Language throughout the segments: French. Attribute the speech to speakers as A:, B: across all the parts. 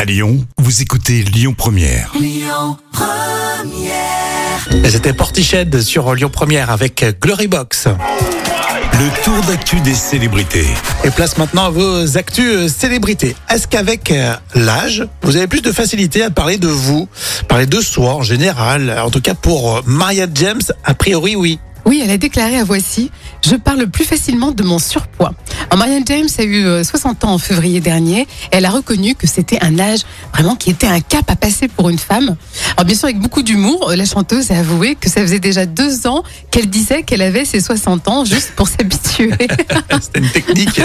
A: À Lyon, vous écoutez Lyon Première.
B: C'était Portiched sur Lyon Première avec euh, Glory Box.
A: Le tour d'actu des célébrités.
B: Et place maintenant à vos actus euh, célébrités. Est-ce qu'avec euh, l'âge, vous avez plus de facilité à parler de vous, parler de soi en général En tout cas pour euh, Maria James, a priori oui.
C: Oui, elle a déclaré à Voici Je parle plus facilement de mon surpoids. Alors, Marianne James a eu euh, 60 ans en février dernier. Et elle a reconnu que c'était un âge vraiment qui était un cap à passer pour une femme. Alors, bien sûr, avec beaucoup d'humour, euh, la chanteuse a avoué que ça faisait déjà deux ans qu'elle disait qu'elle avait ses 60 ans juste pour s'habituer.
B: C'était une technique.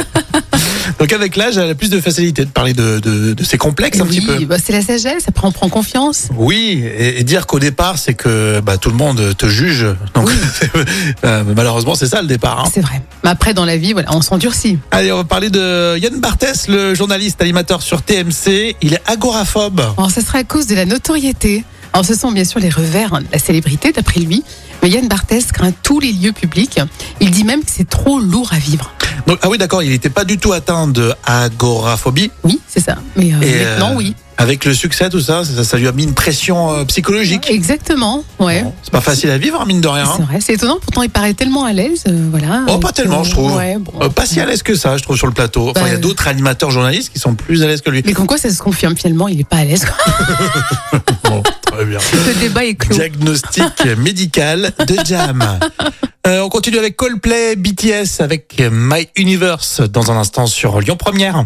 B: Donc avec l'âge, elle a plus de facilité de parler de, de, de ses complexes un
C: Oui,
B: petit peu.
C: bah, c'est la sagesse, après on prend confiance.
B: Oui, et, et dire qu'au départ, c'est que bah, tout le monde te juge. Donc euh, malheureusement, c'est ça le départ. hein.
C: C'est vrai. Mais après, dans la vie, voilà, on s'endurcit.
B: Allez, on va parler de Yann Barthès, le journaliste animateur sur TMC. Il est agoraphobe.
C: Alors, ça sera à cause de la notoriété. Alors, ce sont bien sûr les revers hein, de la célébrité, d'après lui. Mais Yann Barthès craint tous les lieux publics. Il dit même que c'est trop lourd à vivre.
B: Donc, ah oui, d'accord, il n'était pas du tout atteint de agoraphobie.
C: Oui, c'est ça. Mais euh,
B: Et,
C: maintenant,
B: euh,
C: oui.
B: Avec le succès, tout ça, ça, ça lui a mis une pression euh, psychologique.
C: Exactement, ouais.
B: Bon, C'est pas facile à vivre, hein, mine de rien. hein.
C: C'est vrai, c'est étonnant. Pourtant, il paraît tellement à l'aise, euh, voilà.
B: Oh,
C: Euh,
B: pas
C: que-
B: tellement, je trouve.
C: Ouais, bon.
B: Euh, pas si à l'aise que ça, je trouve, sur le plateau. Enfin,
C: Bah,
B: il y a
C: euh.
B: d'autres animateurs journalistes qui sont plus à l'aise que lui.
C: Mais comme quoi, ça se confirme finalement, il est pas à l'aise. quoi.
B: Bon, très bien.
C: Le débat est clos.
B: Diagnostic médical de Jam. Euh, on continue avec Coldplay, BTS, avec My Universe dans un instant sur Lyon Première.